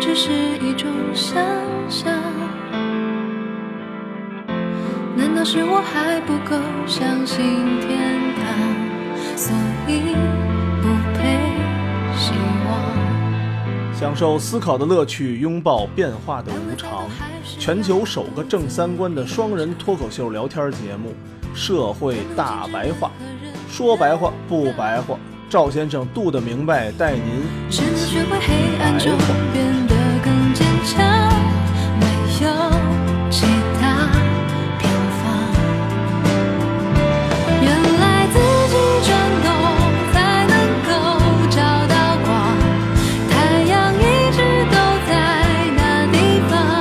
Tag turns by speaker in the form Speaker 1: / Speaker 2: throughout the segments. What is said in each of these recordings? Speaker 1: 只是一种想象。难道是我还不够相信天堂，所以不配希望？
Speaker 2: 享受思考的乐趣，拥抱变化的无常。全球首个正三观的双人脱口秀聊天节目《社会大白话》，说白话不白话，赵先生度的明白，带您
Speaker 1: 真的学会黑暗就变得更坚强，没有其他偏方。原来自己转动才能够找到光，太阳一直都在那地方。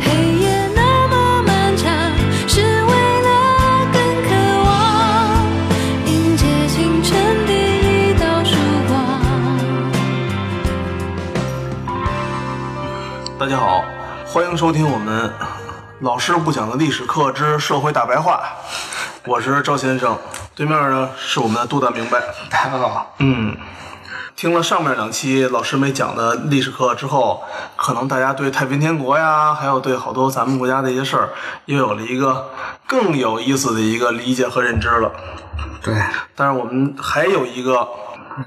Speaker 1: 黑夜那么漫长，是为了更渴望迎接清晨第一道曙光。
Speaker 2: 大家好，欢迎收听我们老师不讲的历史课之社会大白话。我是赵先生，对面呢是我们的杜大明白。
Speaker 3: 大家好，
Speaker 2: 嗯，听了上面两期老师没讲的历史课之后，可能大家对太平天国呀，还有对好多咱们国家的一些事儿，又有了一个更有意思的一个理解和认知了。
Speaker 3: 对，
Speaker 2: 但是我们还有一个，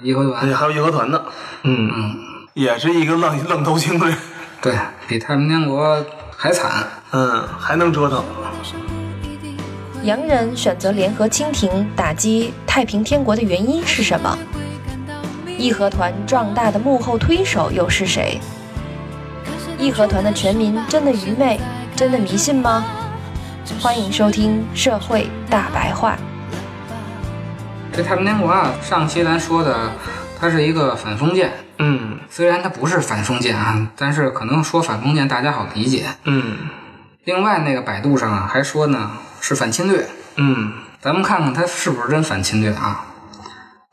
Speaker 3: 颐和
Speaker 2: 而且
Speaker 3: 园，
Speaker 2: 还有义和团呢，嗯，也是一个愣愣头青的人，
Speaker 3: 对比太平天国还惨，
Speaker 2: 嗯，还能折腾。
Speaker 4: 洋人选择联合清廷打击太平天国的原因是什么？义和团壮大的幕后推手又是谁？义和团的全民真的愚昧，真的迷信吗？欢迎收听《社会大白话》。
Speaker 3: 这太平天国啊，上期咱说的，它是一个反封建，
Speaker 2: 嗯
Speaker 3: 虽然它不是反封建啊，但是可能说反封建大家好理解。
Speaker 2: 嗯
Speaker 3: 另外那个百度上啊还说呢是反侵略，
Speaker 2: 嗯
Speaker 3: 咱们看看它是不是真反侵略啊？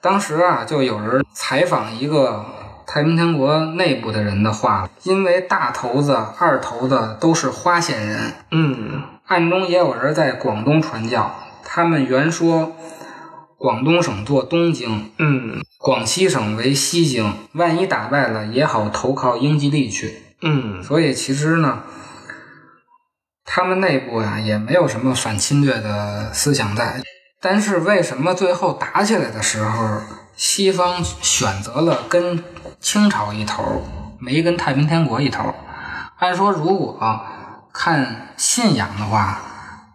Speaker 3: 当时啊就有人采访一个太平天国内部的人的话，因为大头子、二头子都是花县人，
Speaker 2: 嗯
Speaker 3: 暗中也有人在广东传教，他们原说广东省做东京，
Speaker 2: 嗯
Speaker 3: 广西省为西京，万一打败了也好投靠英吉利去。
Speaker 2: 嗯
Speaker 3: 所以其实呢，他们内部呀、也没有什么反侵略的思想在。但是为什么最后打起来的时候，西方选择了跟清朝一头，没跟太平天国一头？按说如果看信仰的话，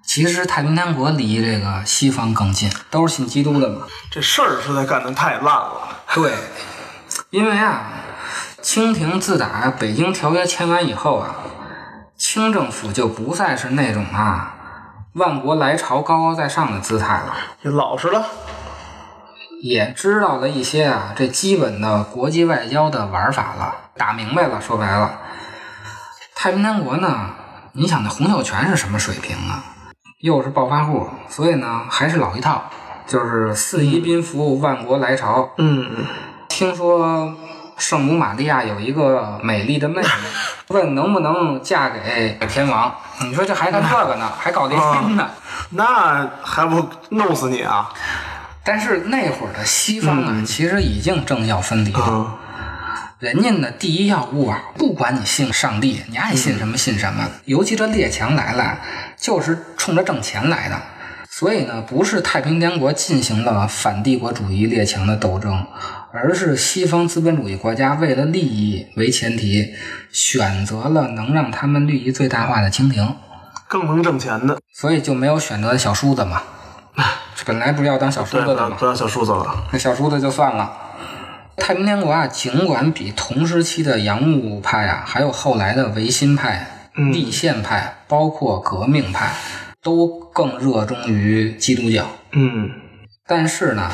Speaker 3: 其实太平天国离这个西方更近，都是信基督的嘛。
Speaker 2: 这事儿实在干得太烂了。
Speaker 3: 对，因为啊，清廷自打北京条约签完以后啊，清政府就不再是那种啊万国来朝高高在上的姿态了，
Speaker 2: 也老实了，
Speaker 3: 也知道了一些啊这基本的国际外交的玩法了，打明白了。说白了，太平天国呢，你想那洪秀全是什么水平啊？又是暴发户，所以呢还是老一套，就是四夷宾服，万国来朝。
Speaker 2: 嗯
Speaker 3: 听说圣母玛利亚有一个美丽的妹妹，问能不能嫁给天王？你说这还干这个呢，还搞联姻呢？
Speaker 2: 那还不弄死你啊？
Speaker 3: 但是那会儿的西方啊，其实已经政教分离了。
Speaker 2: 嗯
Speaker 3: 人家呢，第一要务啊，不管你信上帝，你爱信什么信什么。尤其这列强来了，就是冲着挣钱来的。所以呢，不是太平天国进行了反帝国主义列强的斗争，而是西方资本主义国家为了利益为前提，选择了能让他们利益最大化的清廷，
Speaker 2: 更能挣钱的，
Speaker 3: 所以就没有选择小叔子嘛。 本来不是要当小叔
Speaker 2: 对，
Speaker 3: 子
Speaker 2: 不
Speaker 3: 的
Speaker 2: 要
Speaker 3: 吗？
Speaker 2: 不要小叔子了。
Speaker 3: 那小叔子就算了。太平天国啊，尽管比同时期的洋务派啊，还有后来的维新派、
Speaker 2: 嗯
Speaker 3: 立宪派，包括革命派，都更热衷于基督教，
Speaker 2: 嗯
Speaker 3: 但是呢，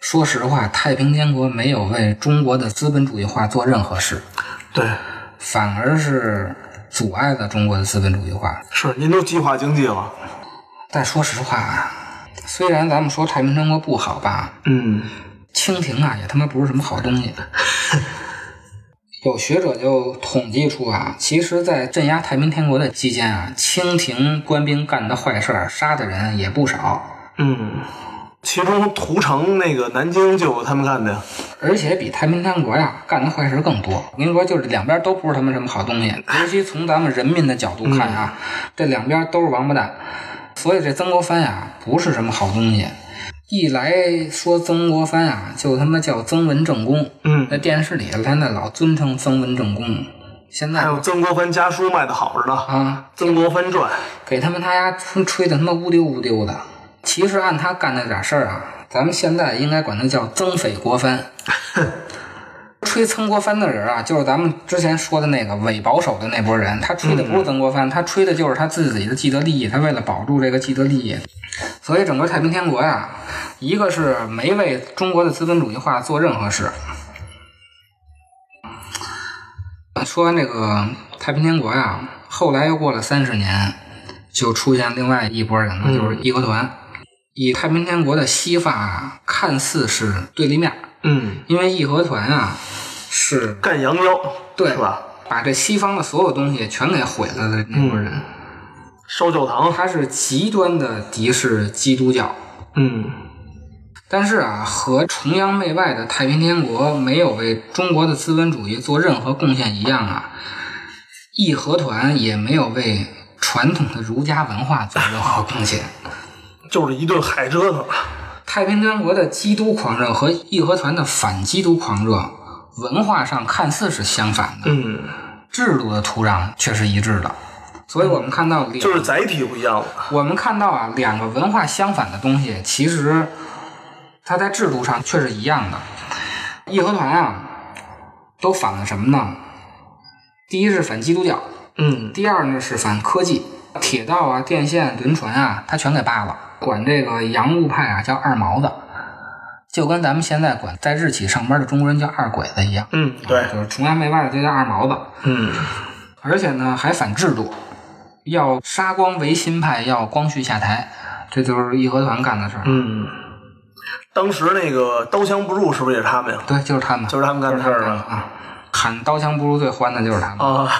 Speaker 3: 说实话，太平天国没有为中国的资本主义化做任何事，
Speaker 2: 对，
Speaker 3: 反而是阻碍了中国的资本主义化。
Speaker 2: 是您都计划经济了。
Speaker 3: 但说实话啊，虽然咱们说太平天国不好吧，
Speaker 2: 嗯
Speaker 3: 清廷啊，也他妈不是什么好东西。有学者就统计出啊，其实，在镇压太平天国的期间啊，清廷官兵干的坏事儿，杀的人也不少，
Speaker 2: 嗯，其中屠城那个南京就有他们干的呀。
Speaker 3: 而且比太平天国呀干的坏事更多。我跟你说，就是两边都不是他们什么好东西，尤其从咱们人民的角度看啊，
Speaker 2: 嗯
Speaker 3: 这两边都是王八蛋。所以这曾国藩呀不是什么好东西。一来说曾国藩啊，就他妈叫曾文正公。
Speaker 2: 嗯
Speaker 3: 那电视里他那老尊称曾文正公，现在
Speaker 2: 还有曾国藩家书卖的好着呢，
Speaker 3: 啊，
Speaker 2: 《曾国藩传》
Speaker 3: 给他们他家吹的他妈乌丢乌丢的。其实按他干那点事儿啊，咱们现在应该管他叫曾匪国藩。吹曾国藩的人啊，就是咱们之前说的那个伪保守的那波人，他吹的不是曾国藩，他吹的就是他自己的既得利益，他为了保住这个既得利益，所以整个太平天国呀、一个是没为中国的资本主义化做任何事。说完这个太平天国呀、后来又过了三十年，就出现另外一波人了，
Speaker 2: 嗯
Speaker 3: 就是义和团。以太平天国的西法啊看似是对立面，
Speaker 2: 嗯，
Speaker 3: 因为义和团啊是
Speaker 2: 干洋妖，
Speaker 3: 对
Speaker 2: 是吧？嗯
Speaker 3: 把这西方的所有东西全给毁了的那波人，
Speaker 2: 烧教堂，
Speaker 3: 他是极端的敌视基督教。
Speaker 2: 嗯
Speaker 3: 但是啊，和崇洋媚外的太平天国没有为中国的资本主义做任何贡献一样啊，义和团也没有为传统的儒家文化做任何贡献。
Speaker 2: 就是一顿海折腾，
Speaker 3: 太平天国的基督狂热和义和团的反基督狂热，文化上看似是相反的，
Speaker 2: 嗯，
Speaker 3: 制度的土壤却是一致的。所以我们看到两，
Speaker 2: 就是载体不一样了，
Speaker 3: 我们看到啊，两个文化相反的东西，其实它在制度上却是一样的。义和团啊，都反了什么呢？第一是反基督教，
Speaker 2: 嗯
Speaker 3: 第二呢是反科技，铁道啊、电线、轮船啊，它全给罢了，管这个洋务派啊叫二毛子，就跟咱们现在管在日企上班的中国人叫二鬼子一样，
Speaker 2: 嗯，对，
Speaker 3: 就是崇洋媚外的就叫二毛子。
Speaker 2: 嗯
Speaker 3: 而且呢还反制度，要杀光维新派，要光绪下台，这就是义和团干的事儿。
Speaker 2: 嗯，当时那个刀枪不入是不是也是他们呀？
Speaker 3: 对，就是他们，
Speaker 2: 就是他们干的事儿啊
Speaker 3: 啊！喊刀枪不入最欢的就是他们。
Speaker 2: 啊，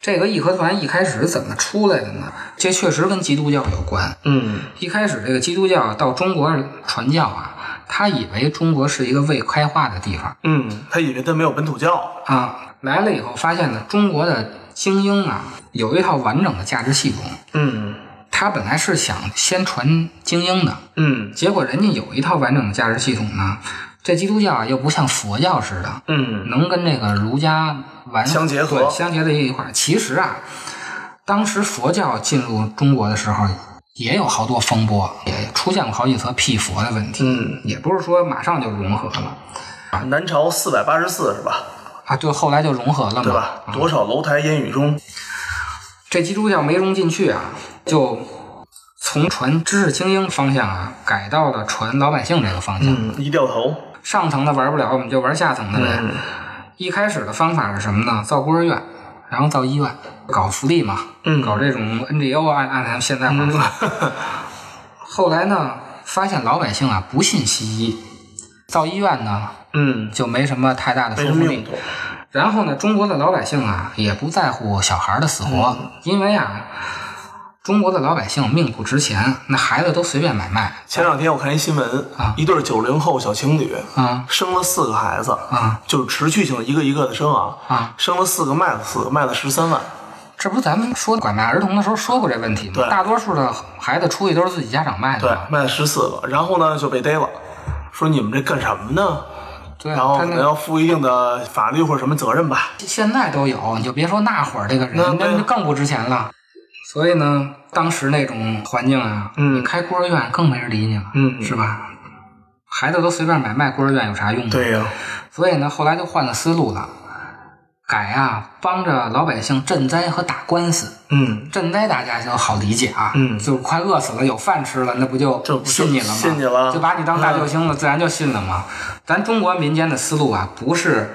Speaker 3: 这个义和团一开始怎么出来的呢？这确实跟基督教有关。
Speaker 2: 嗯
Speaker 3: 一开始这个基督教到中国传教啊，他以为中国是一个未开化的地方
Speaker 2: 嗯，他以为他没有本土教，
Speaker 3: 啊，来了以后发现呢，中国的精英啊有一套完整的价值系统。
Speaker 2: 嗯
Speaker 3: 他本来是想先传精英的，
Speaker 2: 嗯
Speaker 3: 结果人家有一套完整的价值系统呢，这基督教啊又不像佛教似的，
Speaker 2: 嗯
Speaker 3: 能跟这个儒家完
Speaker 2: 相结合
Speaker 3: 对相结在一块儿。其实啊，当时佛教进入中国的时候，也有好多风波，也出现过好几次辟佛的问题，
Speaker 2: 嗯，
Speaker 3: 也不是说马上就融合了
Speaker 2: 南朝四百八十四是吧？
Speaker 3: 啊，就后来就融合了嘛，
Speaker 2: 对吧？
Speaker 3: 啊
Speaker 2: 多少楼台烟雨中，
Speaker 3: 这基督教没融进去啊，就从传知识精英方向啊，改到了传老百姓这个方向。
Speaker 2: 嗯，一掉头，
Speaker 3: 上层的玩不了，我们就玩下层的呗。
Speaker 2: 嗯
Speaker 3: 一开始的方法是什么呢？造孤儿院，然后造医院，搞福利嘛，
Speaker 2: 嗯
Speaker 3: 搞这种 NGO 啊，按按咱们现在话说。 后来呢，发现老百姓啊不信西医，造医院呢
Speaker 2: 嗯，
Speaker 3: 就没什么太大的
Speaker 2: 没嗯
Speaker 3: 说
Speaker 2: 什
Speaker 3: 服
Speaker 2: 么
Speaker 3: 力
Speaker 2: 用。途，
Speaker 3: 然后呢，中国的老百姓啊也不在乎小孩的死活，
Speaker 2: 嗯
Speaker 3: 因为啊，中国的老百姓命不值钱，那孩子都随便买卖
Speaker 2: 前两天我看一新闻，一对九零后小情侣
Speaker 3: 啊
Speaker 2: 生了四个孩子，
Speaker 3: 啊，
Speaker 2: 就是持续性的一个一个的生啊，
Speaker 3: 啊
Speaker 2: 生了四个卖了四个，卖了十三万，
Speaker 3: 这不是咱们说拐卖儿童的时候说过这问题吗
Speaker 2: 对？
Speaker 3: 大多数的孩子出去都是自己家长卖的
Speaker 2: 对
Speaker 3: 嘛，，
Speaker 2: 卖了十四个，然后呢就被逮了，说你们这干什么呢？
Speaker 3: 对，
Speaker 2: 然后
Speaker 3: 他
Speaker 2: 可
Speaker 3: 那
Speaker 2: 能要负一定的法律或者什么责任吧。
Speaker 3: 现在都有，你就别说那会儿这个人，
Speaker 2: 那
Speaker 3: 那
Speaker 2: 对
Speaker 3: 那更不值钱了。所以呢，当时那种环境啊，
Speaker 2: 嗯
Speaker 3: 你开孤儿院更没人理你了，
Speaker 2: 嗯
Speaker 3: 是吧？孩子都随便买卖，孤儿院有啥用？，啊
Speaker 2: 对呀、
Speaker 3: 所以呢，后来就换了思路了，改啊，帮着老百姓赈灾和打官司。
Speaker 2: 嗯，
Speaker 3: 赈灾大家就好理解啊，
Speaker 2: 嗯
Speaker 3: 就是快饿死了有饭吃了，那不就
Speaker 2: 这不就
Speaker 3: 信你了吗？
Speaker 2: 信你了嗯
Speaker 3: 就把你当大救星了，自然就信了嘛。咱中国民间的思路啊，不是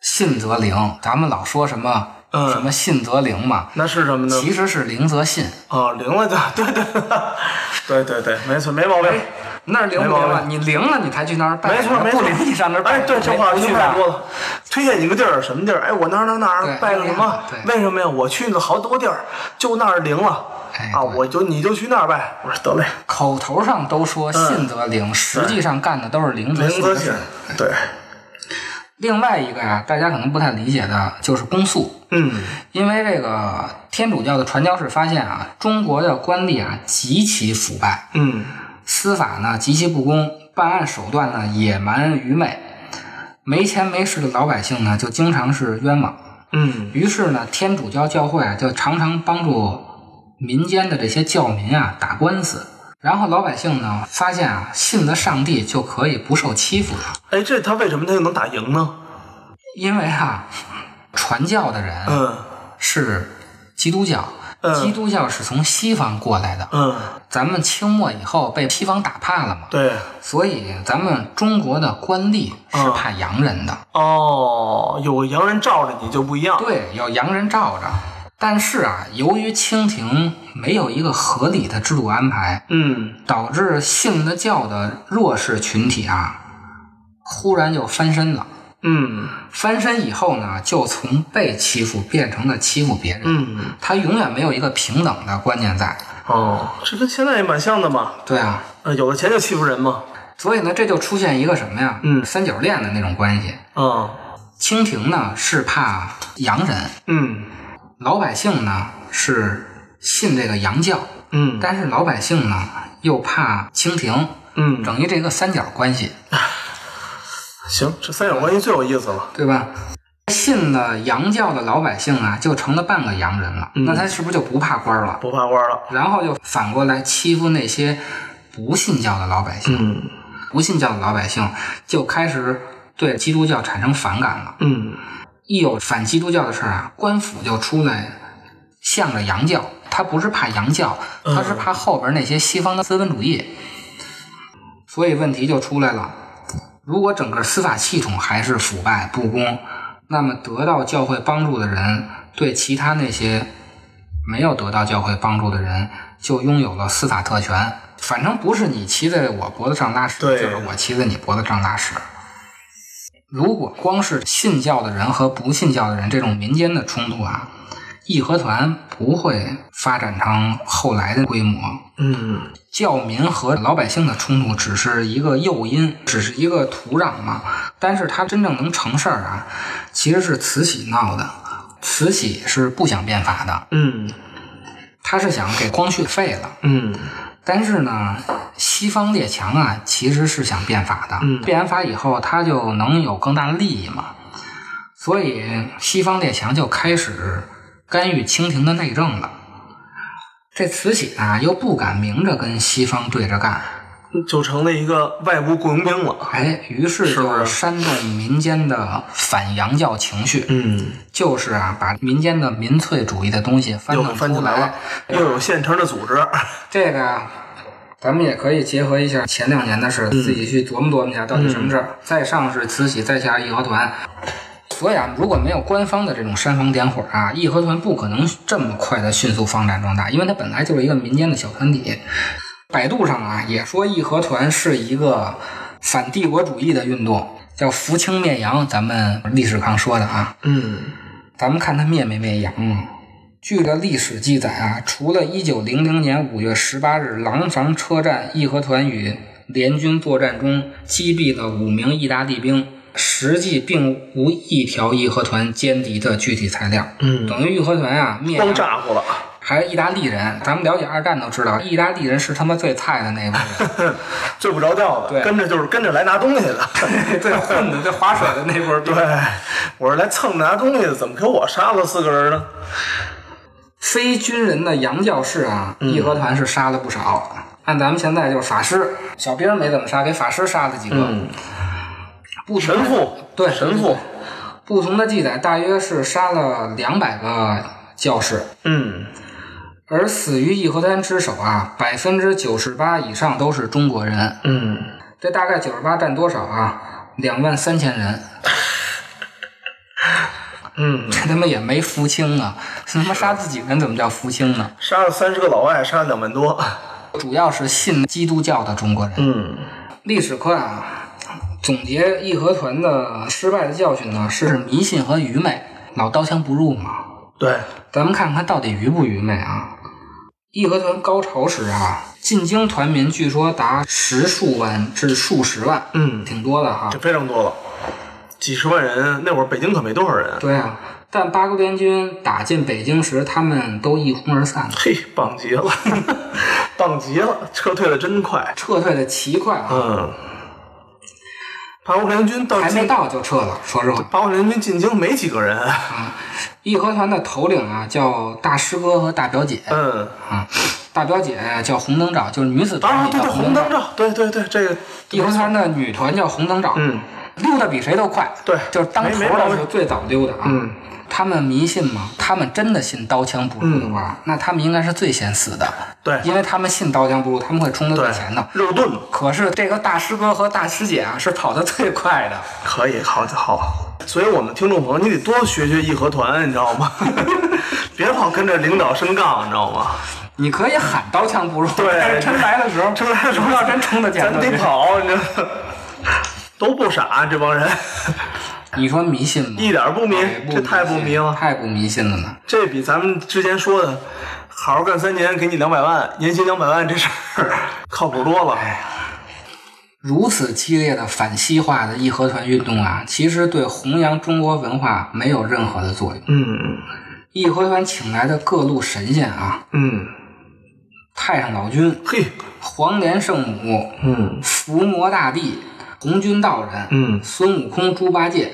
Speaker 3: 信则灵，咱们老说什么、
Speaker 2: 嗯
Speaker 3: 什么信则灵嘛，
Speaker 2: 那是什么呢？
Speaker 3: 其实是灵则信，
Speaker 2: 啊，零了就对对对对对，没错，没毛病。
Speaker 3: 哎那儿灵不灵
Speaker 2: 哎没毛
Speaker 3: 啊？
Speaker 2: 病
Speaker 3: 你灵了，你才去那儿拜，
Speaker 2: 没错没错，
Speaker 3: 哎不灵你上那儿拜，
Speaker 2: 哎，对，这话
Speaker 3: 没
Speaker 2: 听
Speaker 3: 去
Speaker 2: 太
Speaker 3: 那
Speaker 2: 多了。推荐你个地儿，什么地儿？哎，我哪儿哪儿哪儿
Speaker 3: 对
Speaker 2: 拜个什么？
Speaker 3: 对
Speaker 2: 为什么呀？我去了好多地儿，就那儿灵了。
Speaker 3: 哎
Speaker 2: 啊，
Speaker 3: 对
Speaker 2: 我就你就去那儿呗。我说得嘞，
Speaker 3: 口头上都说信则灵，实际上干的都是灵则
Speaker 2: 林
Speaker 3: 信
Speaker 2: 嗯则
Speaker 3: 的
Speaker 2: 信
Speaker 3: 事儿。，
Speaker 2: 对，
Speaker 3: 另外一个呀、大家可能不太理解的就是公诉，
Speaker 2: 嗯，
Speaker 3: 因为这个天主教的传教士发现啊，中国的官吏啊极其腐败，
Speaker 2: 嗯，
Speaker 3: 司法呢极其不公，办案手段呢野蛮愚昧，没钱没势的老百姓呢就经常是冤枉。
Speaker 2: 嗯，
Speaker 3: 于是呢，天主教教会啊就常常帮助民间的这些教民啊打官司。然后老百姓呢发现啊，信了上帝就可以不受欺负了，
Speaker 2: 哎，这他为什么他就能打赢呢？
Speaker 3: 因为啊，传教的人
Speaker 2: 嗯
Speaker 3: 是基督教，
Speaker 2: 嗯
Speaker 3: 基督教是从西方过来的。
Speaker 2: 嗯，
Speaker 3: 咱们清末以后被西方打怕了嘛，
Speaker 2: 对，
Speaker 3: 所以咱们中国的官吏是怕洋人
Speaker 2: 嗯
Speaker 3: 的，
Speaker 2: 哦，有个洋人罩着你就不一样。
Speaker 3: 对，有洋人罩着。但是啊，由于清廷没有一个合理的制度安排，
Speaker 2: 嗯，
Speaker 3: 导致信了教的弱势群体啊，忽然就翻身了。
Speaker 2: 嗯
Speaker 3: 翻身以后呢，就从被欺负变成了欺负别人。
Speaker 2: 嗯，
Speaker 3: 他永远没有一个平等的观念在。
Speaker 2: 哦，这跟现在也蛮像的嘛。
Speaker 3: 对啊，
Speaker 2: 呃，有了钱就欺负人嘛。
Speaker 3: 所以呢，这就出现一个什么呀？
Speaker 2: 嗯
Speaker 3: 三角恋的那种关系。
Speaker 2: 啊，
Speaker 3: 清廷呢是怕洋人，
Speaker 2: 嗯
Speaker 3: 老百姓呢是信这个洋教，
Speaker 2: 嗯
Speaker 3: 但是老百姓呢又怕清廷，
Speaker 2: 嗯，
Speaker 3: 等于这个三角关系，
Speaker 2: 行，这三角关系最有意思了。
Speaker 3: 对吧？信了洋教的老百姓啊，就成了半个洋人了，
Speaker 2: 嗯
Speaker 3: 那他是不是就不怕官了？
Speaker 2: 不怕官了。
Speaker 3: 然后就反过来欺负那些不信教的老百姓，
Speaker 2: 嗯
Speaker 3: 不信教的老百姓就开始对基督教产生反感了。
Speaker 2: 嗯
Speaker 3: 一有反基督教的事儿啊，官府就出来向着洋教。他不是怕洋教，
Speaker 2: 嗯
Speaker 3: 他是怕后边那些西方的资本主义。所以问题就出来了：如果整个司法系统还是腐败不公，那么得到教会帮助的人，对其他那些没有得到教会帮助的人，就拥有了司法特权。反正不是你骑在我脖子上拉屎，
Speaker 2: 对
Speaker 3: 就是我骑在你脖子上拉屎。如果光是信教的人和不信教的人这种民间的冲突啊，义和团不会发展成后来的规模。
Speaker 2: 嗯
Speaker 3: 教民和老百姓的冲突只是一个诱因，只是一个土壤嘛。但是它真正能成事儿啊，其实是慈禧闹的。慈禧是不想变法的，
Speaker 2: 嗯
Speaker 3: 她是想给光绪废了。
Speaker 2: 嗯
Speaker 3: 但是呢，西方列强啊，其实是想变法的。
Speaker 2: 嗯
Speaker 3: 变完法以后，他就能有更大的利益嘛。所以，西方列强就开始干预清廷的内政了。这慈禧呢，又不敢明着跟西方对着干，
Speaker 2: 嗯，就成了一个外部雇佣兵了。
Speaker 3: 哎，于是
Speaker 2: 是不
Speaker 3: 就是煽动民间的反洋教情绪，
Speaker 2: 嗯，
Speaker 3: 就是啊，把民间的民粹主义的东西翻
Speaker 2: 又
Speaker 3: 腾
Speaker 2: 翻
Speaker 3: 出
Speaker 2: 起来了，又有现成的组织。
Speaker 3: 这个啊，咱们也可以结合一下前两年的事，自己去琢磨琢磨一下到底什么事儿。再上是慈禧，再下义和团。所以啊，如果没有官方的这种煽风点火啊，义和团不可能这么快的迅速发展壮大，因为它本来就是一个民间的小团体。百度上啊也说义和团是一个反帝国主义的运动，叫扶清灭洋，咱们历史上说的啊。
Speaker 2: 嗯
Speaker 3: 咱们看它灭没灭洋啊？据这历史记载啊，除了1900年5月18日廊坊车站义和团与联军作战中击毙了五名意大利兵，实际并无一条义和团歼敌的具体材料。
Speaker 2: 嗯，
Speaker 3: 等于义和团啊灭
Speaker 2: 光
Speaker 3: 洋
Speaker 2: 咋呼了。
Speaker 3: 还是意大利人，咱们了解二战都知道，意大利人是他妈最菜的那一波 人。
Speaker 2: 最不着调的，
Speaker 3: 对
Speaker 2: 跟着就是跟着来拿东西的。
Speaker 3: 最混的、最划水的那波
Speaker 2: 对，我是来蹭拿东西的，怎么给我杀了四个人呢？
Speaker 3: 非军人的洋教士啊，
Speaker 2: 嗯
Speaker 3: 义和团是杀了不少。啊按咱们现在就是法师，小兵没怎么杀，给法师杀了几个。
Speaker 2: 嗯
Speaker 3: 不同的
Speaker 2: 神父
Speaker 3: 对
Speaker 2: 神父，
Speaker 3: 不同的记载大约是杀了两百个教士，
Speaker 2: 嗯，
Speaker 3: 而死于义和团之手啊，百分之九十八以上都是中国人。
Speaker 2: 嗯，
Speaker 3: 这大概九十八占多少啊？两万三千人。
Speaker 2: 嗯，
Speaker 3: 这他妈也没扶清啊！他妈杀自己人怎么叫扶清呢？
Speaker 2: 杀了三十个老外，杀了两万多。
Speaker 3: 主要是信基督教的中国人。
Speaker 2: 嗯
Speaker 3: 历史课啊，总结义和团的失败的教训呢，是迷信和愚昧，老刀枪不入嘛。，
Speaker 2: 对，
Speaker 3: 咱们看看到底愚不愚昧啊？义和团高潮时啊，进京团民据说达十数万至数十万，
Speaker 2: 嗯
Speaker 3: 挺多的哈
Speaker 2: 这。非常多了，几十万人，那会儿北京可没多少人。
Speaker 3: 对啊，但八国联军打进北京时，他们都一哄而散了，
Speaker 2: 嘿，棒极了， 棒极了，撤退的真快。
Speaker 3: 撤退的奇快啊，
Speaker 2: 嗯，八国联军到
Speaker 3: 还没
Speaker 2: 京，
Speaker 3: 到就撤了。说实话，
Speaker 2: 八国联军进京没几个人。
Speaker 3: 义和团的头领啊叫大师哥和大表姐，
Speaker 2: 嗯，
Speaker 3: 大表姐叫红灯照，就是女子
Speaker 2: 啊，
Speaker 3: 团
Speaker 2: 对
Speaker 3: 叫
Speaker 2: 对，红
Speaker 3: 灯
Speaker 2: 灯。照，对对对，这个
Speaker 3: 义和团的女团叫红灯照，
Speaker 2: 嗯，
Speaker 3: 溜得比谁都快，
Speaker 2: 对
Speaker 3: 就是当头
Speaker 2: 没没毛
Speaker 3: 的
Speaker 2: 病
Speaker 3: 时候最早溜的啊。
Speaker 2: 嗯，
Speaker 3: 他们迷信吗？他们真的信刀枪不入的话，那他们应该是最先死的，
Speaker 2: 嗯对
Speaker 3: 因为他们信刀枪不入，他们会冲得
Speaker 2: 对
Speaker 3: 最前的。
Speaker 2: 肉盾
Speaker 3: 可是这个大师哥和大师姐啊，是跑得最快的。
Speaker 2: 可以，好就好。所以我们听众朋友，你得多学学义和团，你知道吗？ 别老跟着领导深杠，你知道吗？
Speaker 3: 你可以喊刀枪不入，
Speaker 2: 对
Speaker 3: 但是真来的时候，
Speaker 2: 冲来冲
Speaker 3: 不要真冲得前
Speaker 2: 咱
Speaker 3: 头去
Speaker 2: 得。跑，你知道吗？ 都不傻，这帮人
Speaker 3: 你说迷信吗？
Speaker 2: 一点儿不迷
Speaker 3: 哎，
Speaker 2: 这太不迷了。
Speaker 3: 太不迷信了呢。
Speaker 2: 这比咱们之前说的“好好干三年，给你两百万，年薪两百万”这事儿 靠谱多
Speaker 3: 哎
Speaker 2: 了。
Speaker 3: 如此激烈的反西化的义和团运动啊，其实对弘扬中国文化没有任何的作用。
Speaker 2: 嗯
Speaker 3: 义和团请来的各路神仙啊，
Speaker 2: 嗯，
Speaker 3: 太上老君、
Speaker 2: 嘿，
Speaker 3: 黄莲圣母、
Speaker 2: 嗯
Speaker 3: 伏魔大帝、红军道人、
Speaker 2: 嗯
Speaker 3: 孙悟空、猪八戒、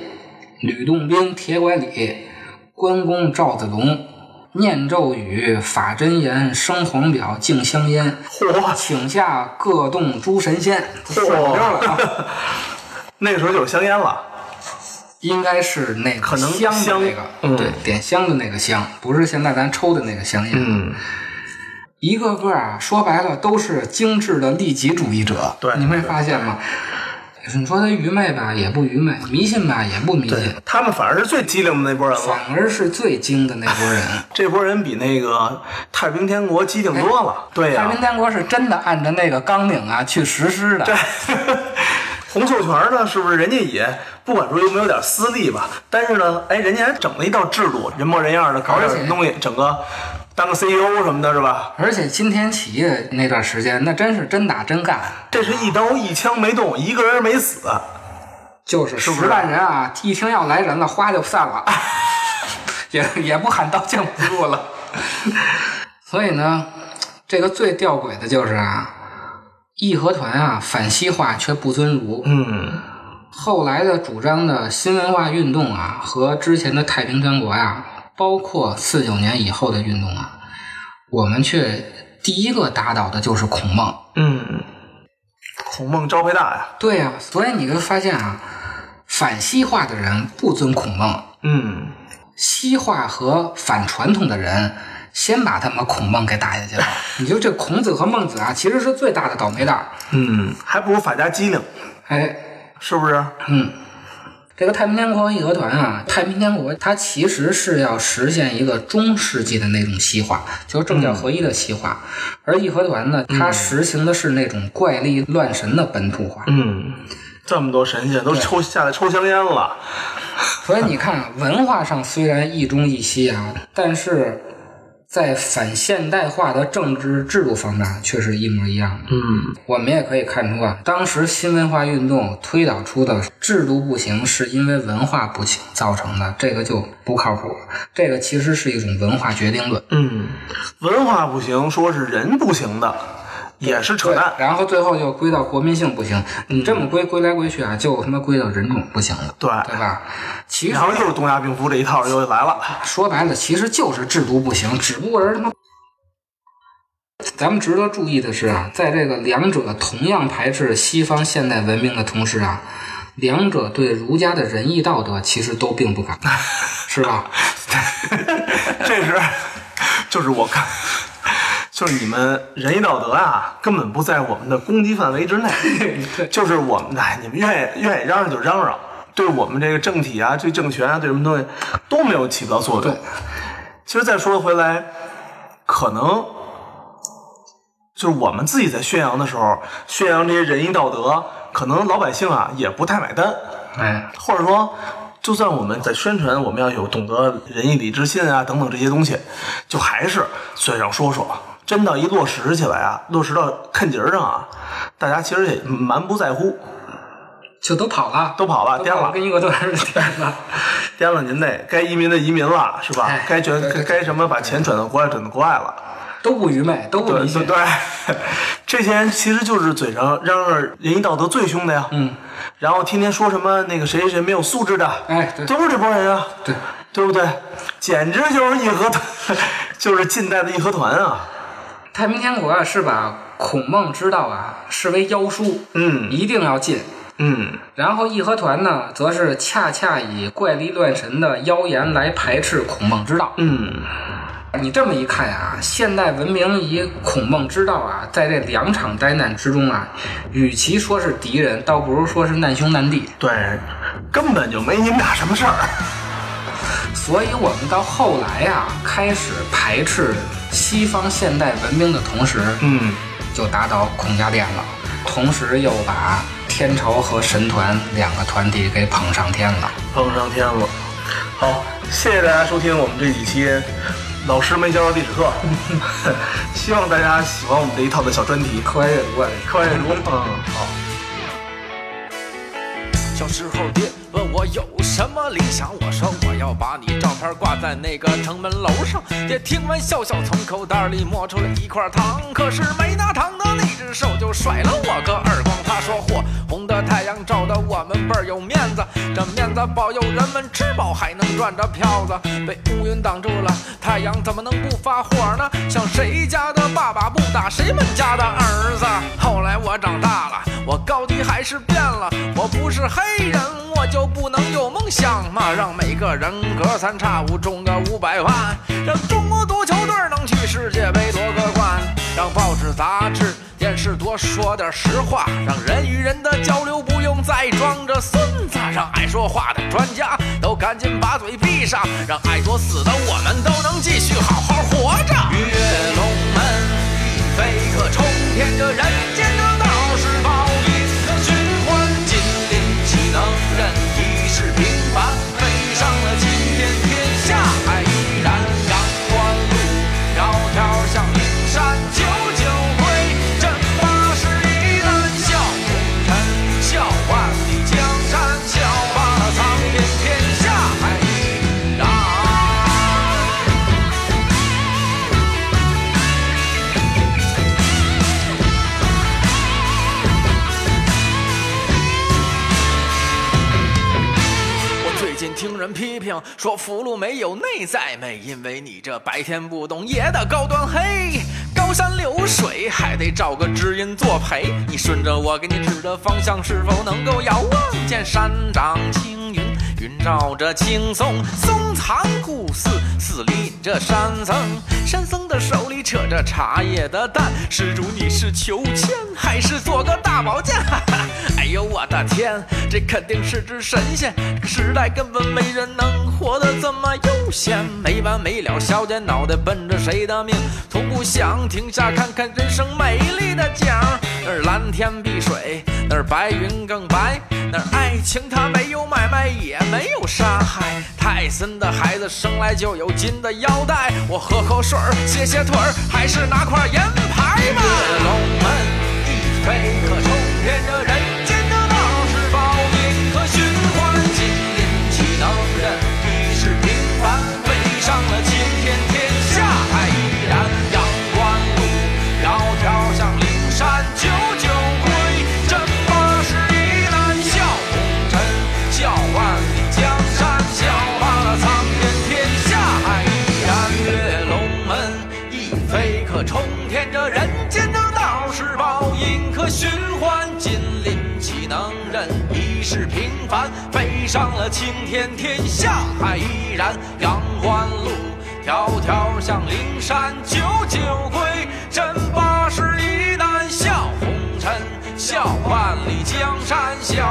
Speaker 3: 吕洞宾、铁拐李、关公、赵子龙、念咒语、法真言、生黄表、敬香烟，
Speaker 2: 嚯，
Speaker 3: 请下各洞诸神仙，
Speaker 2: 嚯
Speaker 3: 我这儿了啊。
Speaker 2: 那个时候就有香烟了。
Speaker 3: 应该是那个
Speaker 2: 可能
Speaker 3: 香的
Speaker 2: 香
Speaker 3: 那个，
Speaker 2: 嗯
Speaker 3: 对，点香的那个香，不是现在咱抽的那个香烟。
Speaker 2: 嗯，
Speaker 3: 一个个啊，说白了都是精致的利己主义者。
Speaker 2: 对
Speaker 3: 你没发现吗？你说他愚昧吧，也不愚昧；迷信吧，也不迷信
Speaker 2: 对，，嗯他们反而是最机灵的那波人了。
Speaker 3: 反而是最精的那拨人。
Speaker 2: 这波人比那个太平天国机灵多了。对啊呀、
Speaker 3: 哎太平天国是真的按照那个纲领啊去实施的。
Speaker 2: 洪秀全呢，是不是人家也不管说有没有点私利吧？但是呢，哎，人家还整了一套制度，人模人样的搞点
Speaker 3: 而且
Speaker 2: 东西，整个当个 CEO 什么的，是吧？
Speaker 3: 而且金田起义的那段时间，那真是真打真干，啊
Speaker 2: 这是一刀一枪没动，一个人没死。
Speaker 3: 就是
Speaker 2: 是不是
Speaker 3: 十万人啊，一听要来人了，哗就散了， 也也不喊刀剑不入了。 所以呢，这个最吊诡的就是啊，义和团啊反西化却不尊儒，
Speaker 2: 嗯，
Speaker 3: 后来的主张的新文化运动啊，和之前的太平天国呀、包括四九年以后的运动啊，我们却第一个打倒的就是孔孟。
Speaker 2: 嗯，孔孟招牌大呀。
Speaker 3: 对呀、所以你就发现啊，反西化的人不尊孔孟，
Speaker 2: 嗯，
Speaker 3: 西化和反传统的人，先把他们孔孟给打下去了。你就这孔子和孟子啊，其实是最大的倒霉蛋儿。
Speaker 2: 嗯，还不如法家机灵，
Speaker 3: 哎，
Speaker 2: 是不是？
Speaker 3: 嗯，这个太平天国和义和团啊，太平天国它其实是要实现一个中世纪的那种西化，就是政教合一的西化，而义和团呢，它实行的是那种怪力乱神的本土化。
Speaker 2: 嗯，这么多神仙都抽下来抽香烟了。
Speaker 3: 所以你看啊，文化上虽然一中一西啊，但是在反现代化的政治制度方面啊却是一模一样的。
Speaker 2: 嗯
Speaker 3: 我们也可以看出啊，当时新文化运动推导出的制度不行，是因为文化不行造成的，这个就不靠谱。这个其实是一种文化决定论。
Speaker 2: 嗯，文化不行，说是人不行的，也是扯
Speaker 3: 对
Speaker 2: 淡，。
Speaker 3: 然后最后就归到国民性不行，你这么归归来归去啊，就他妈归到人种不行了，
Speaker 2: 对
Speaker 3: 对吧？其实
Speaker 2: 然后又是东亚病夫这一套又来 了。
Speaker 3: 说白了，其实就是制度不行，只不过是他妈。咱们值得注意的是啊，在这个两者同样排斥西方现代文明的同时啊，两者对儒家的仁义道德其实都并不感冒，是 吧？
Speaker 2: 这是，就是我看，就是你们仁义道德啊，根本不在我们的攻击范围之内。 就是我们哎，你们愿意愿意嚷嚷就嚷嚷，对我们这个政体啊、对政权啊、对什么东西都没有起不到作用
Speaker 3: 对。
Speaker 2: 其实再说回来，可能就是我们自己在宣扬的时候，宣扬这些仁义道德，可能老百姓啊也不太买单。
Speaker 3: 哎，
Speaker 2: 或者说，就算我们在宣传，我们要有懂得仁义礼智信啊等等这些东西，就还是嘴上说说，真到一落实起来啊，落实到看节儿上啊，大家其实也蛮不在乎，
Speaker 3: 就都跑了，
Speaker 2: 都跑了，颠了，
Speaker 3: 跟英国队似的颠了，
Speaker 2: 颠了您那该移民的移民了，是吧？
Speaker 3: 哎
Speaker 2: 该转
Speaker 3: 对对对
Speaker 2: 该什么把钱转到国外，转到国外了。
Speaker 3: 都不愚昧，都不
Speaker 2: 对
Speaker 3: 迷
Speaker 2: 对
Speaker 3: 信。
Speaker 2: 对，这些人其实就是嘴上嚷嚷仁义道德最凶的呀，嗯，然后天天说什么那个谁谁谁没有素质的，
Speaker 3: 哎对
Speaker 2: 都是这帮人啊，
Speaker 3: 对，
Speaker 2: 对不对？简直就是义和团， 就是近代的义和团啊，
Speaker 3: 太平天国啊，是把孔孟之道啊视为妖书，
Speaker 2: 嗯
Speaker 3: 一定要禁。
Speaker 2: 嗯，
Speaker 3: 然后义和团呢，则是恰恰以怪力乱神的妖言来排斥孔孟之道。
Speaker 2: 嗯，
Speaker 3: 你这么一看啊，现代文明以孔孟之道啊，在这两场灾难之中啊，与其说是敌人，倒不如说是难兄难弟。
Speaker 2: 对，根本就没你们俩什么事儿。
Speaker 3: 所以我们到后来啊，开始排斥西方现代文明的同时，
Speaker 2: 嗯，
Speaker 3: 就打倒孔家店了，同时又把天朝和神团两个团体给捧上天了。
Speaker 2: 碰上天了。好，谢谢大家收听我们这几期老师没教的历史 课，希望大家喜欢我们这一套的小专题。
Speaker 3: 科学怪
Speaker 2: 科学如，嗯，好。
Speaker 5: 小时候爹问我有什么理想，我说我要把你照片挂在那个城门楼上。爹听完笑笑，从口袋里摸出了一块糖，可是没拿糖的那只手就甩了我个耳光。他说：“嚯，红的太阳照的我们倍儿有面子，这面子保佑人们吃饱还能赚着票子。被乌云挡住了，太阳怎么能不发火呢？像谁家的爸爸不打谁们家的儿子。”后来我长大了，我高低还是变了，我不是黑人，我就不能有梦想嘛，让每个人隔三差五中个五百万，让中国足球队能去世界杯夺个冠，让报纸杂志。电视多说点实话，让人与人的交流不用再装着孙子，让爱说话的专家都赶紧把嘴闭上，让爱作死的我们都能继续好好活着。跃龙门。飞鹤冲天，这人间的道是报应的循环。金陵岂能忍一世平凡？飞上了青天，天下依然。阳关路窈窕向名山，九九归真八十一难。笑红尘，笑万里江山，笑罢了苍天，天下依然。我最近听人批评说福禄没有内在美，因为你这白天不懂也得高端黑。高山流水还得找个知音作陪，你顺着我给你指的方向，是否能够遥望见山长青云？云罩着青松，松藏古寺，寺里饮着山僧，山僧的手里扯着茶叶的蛋。施主，你是求签还是做个大毛剑？ 哈哈哎呦我的天，这肯定是只神仙。这个时代根本没人能活得这么悠闲，没完没了，削尖脑袋奔着谁的命？从不想停下看看人生美丽的景儿，那儿蓝天碧水，那儿白云更白，那儿爱情它没有买卖，也没有杀害。泰森的孩子生来就有金的腰带，我喝口水儿，歇歇腿儿，还是拿块银牌吧。龙门一飞可冲天，这人间的道是报应和循环，金陵岂能忍一世平凡？飞上了青天，天下依然。阳关路窈窕向灵山，九九归真八十一难，笑红尘，笑万里江山，笑罢了苍天，天下依然。跃龙门一飞可冲天，这人间的道是报应和循环，金鳞岂能忍一世平凡？飞上了青天，天下依然。阳关路迢迢向灵山，九九归真八十一难，笑红尘，笑万里江山，笑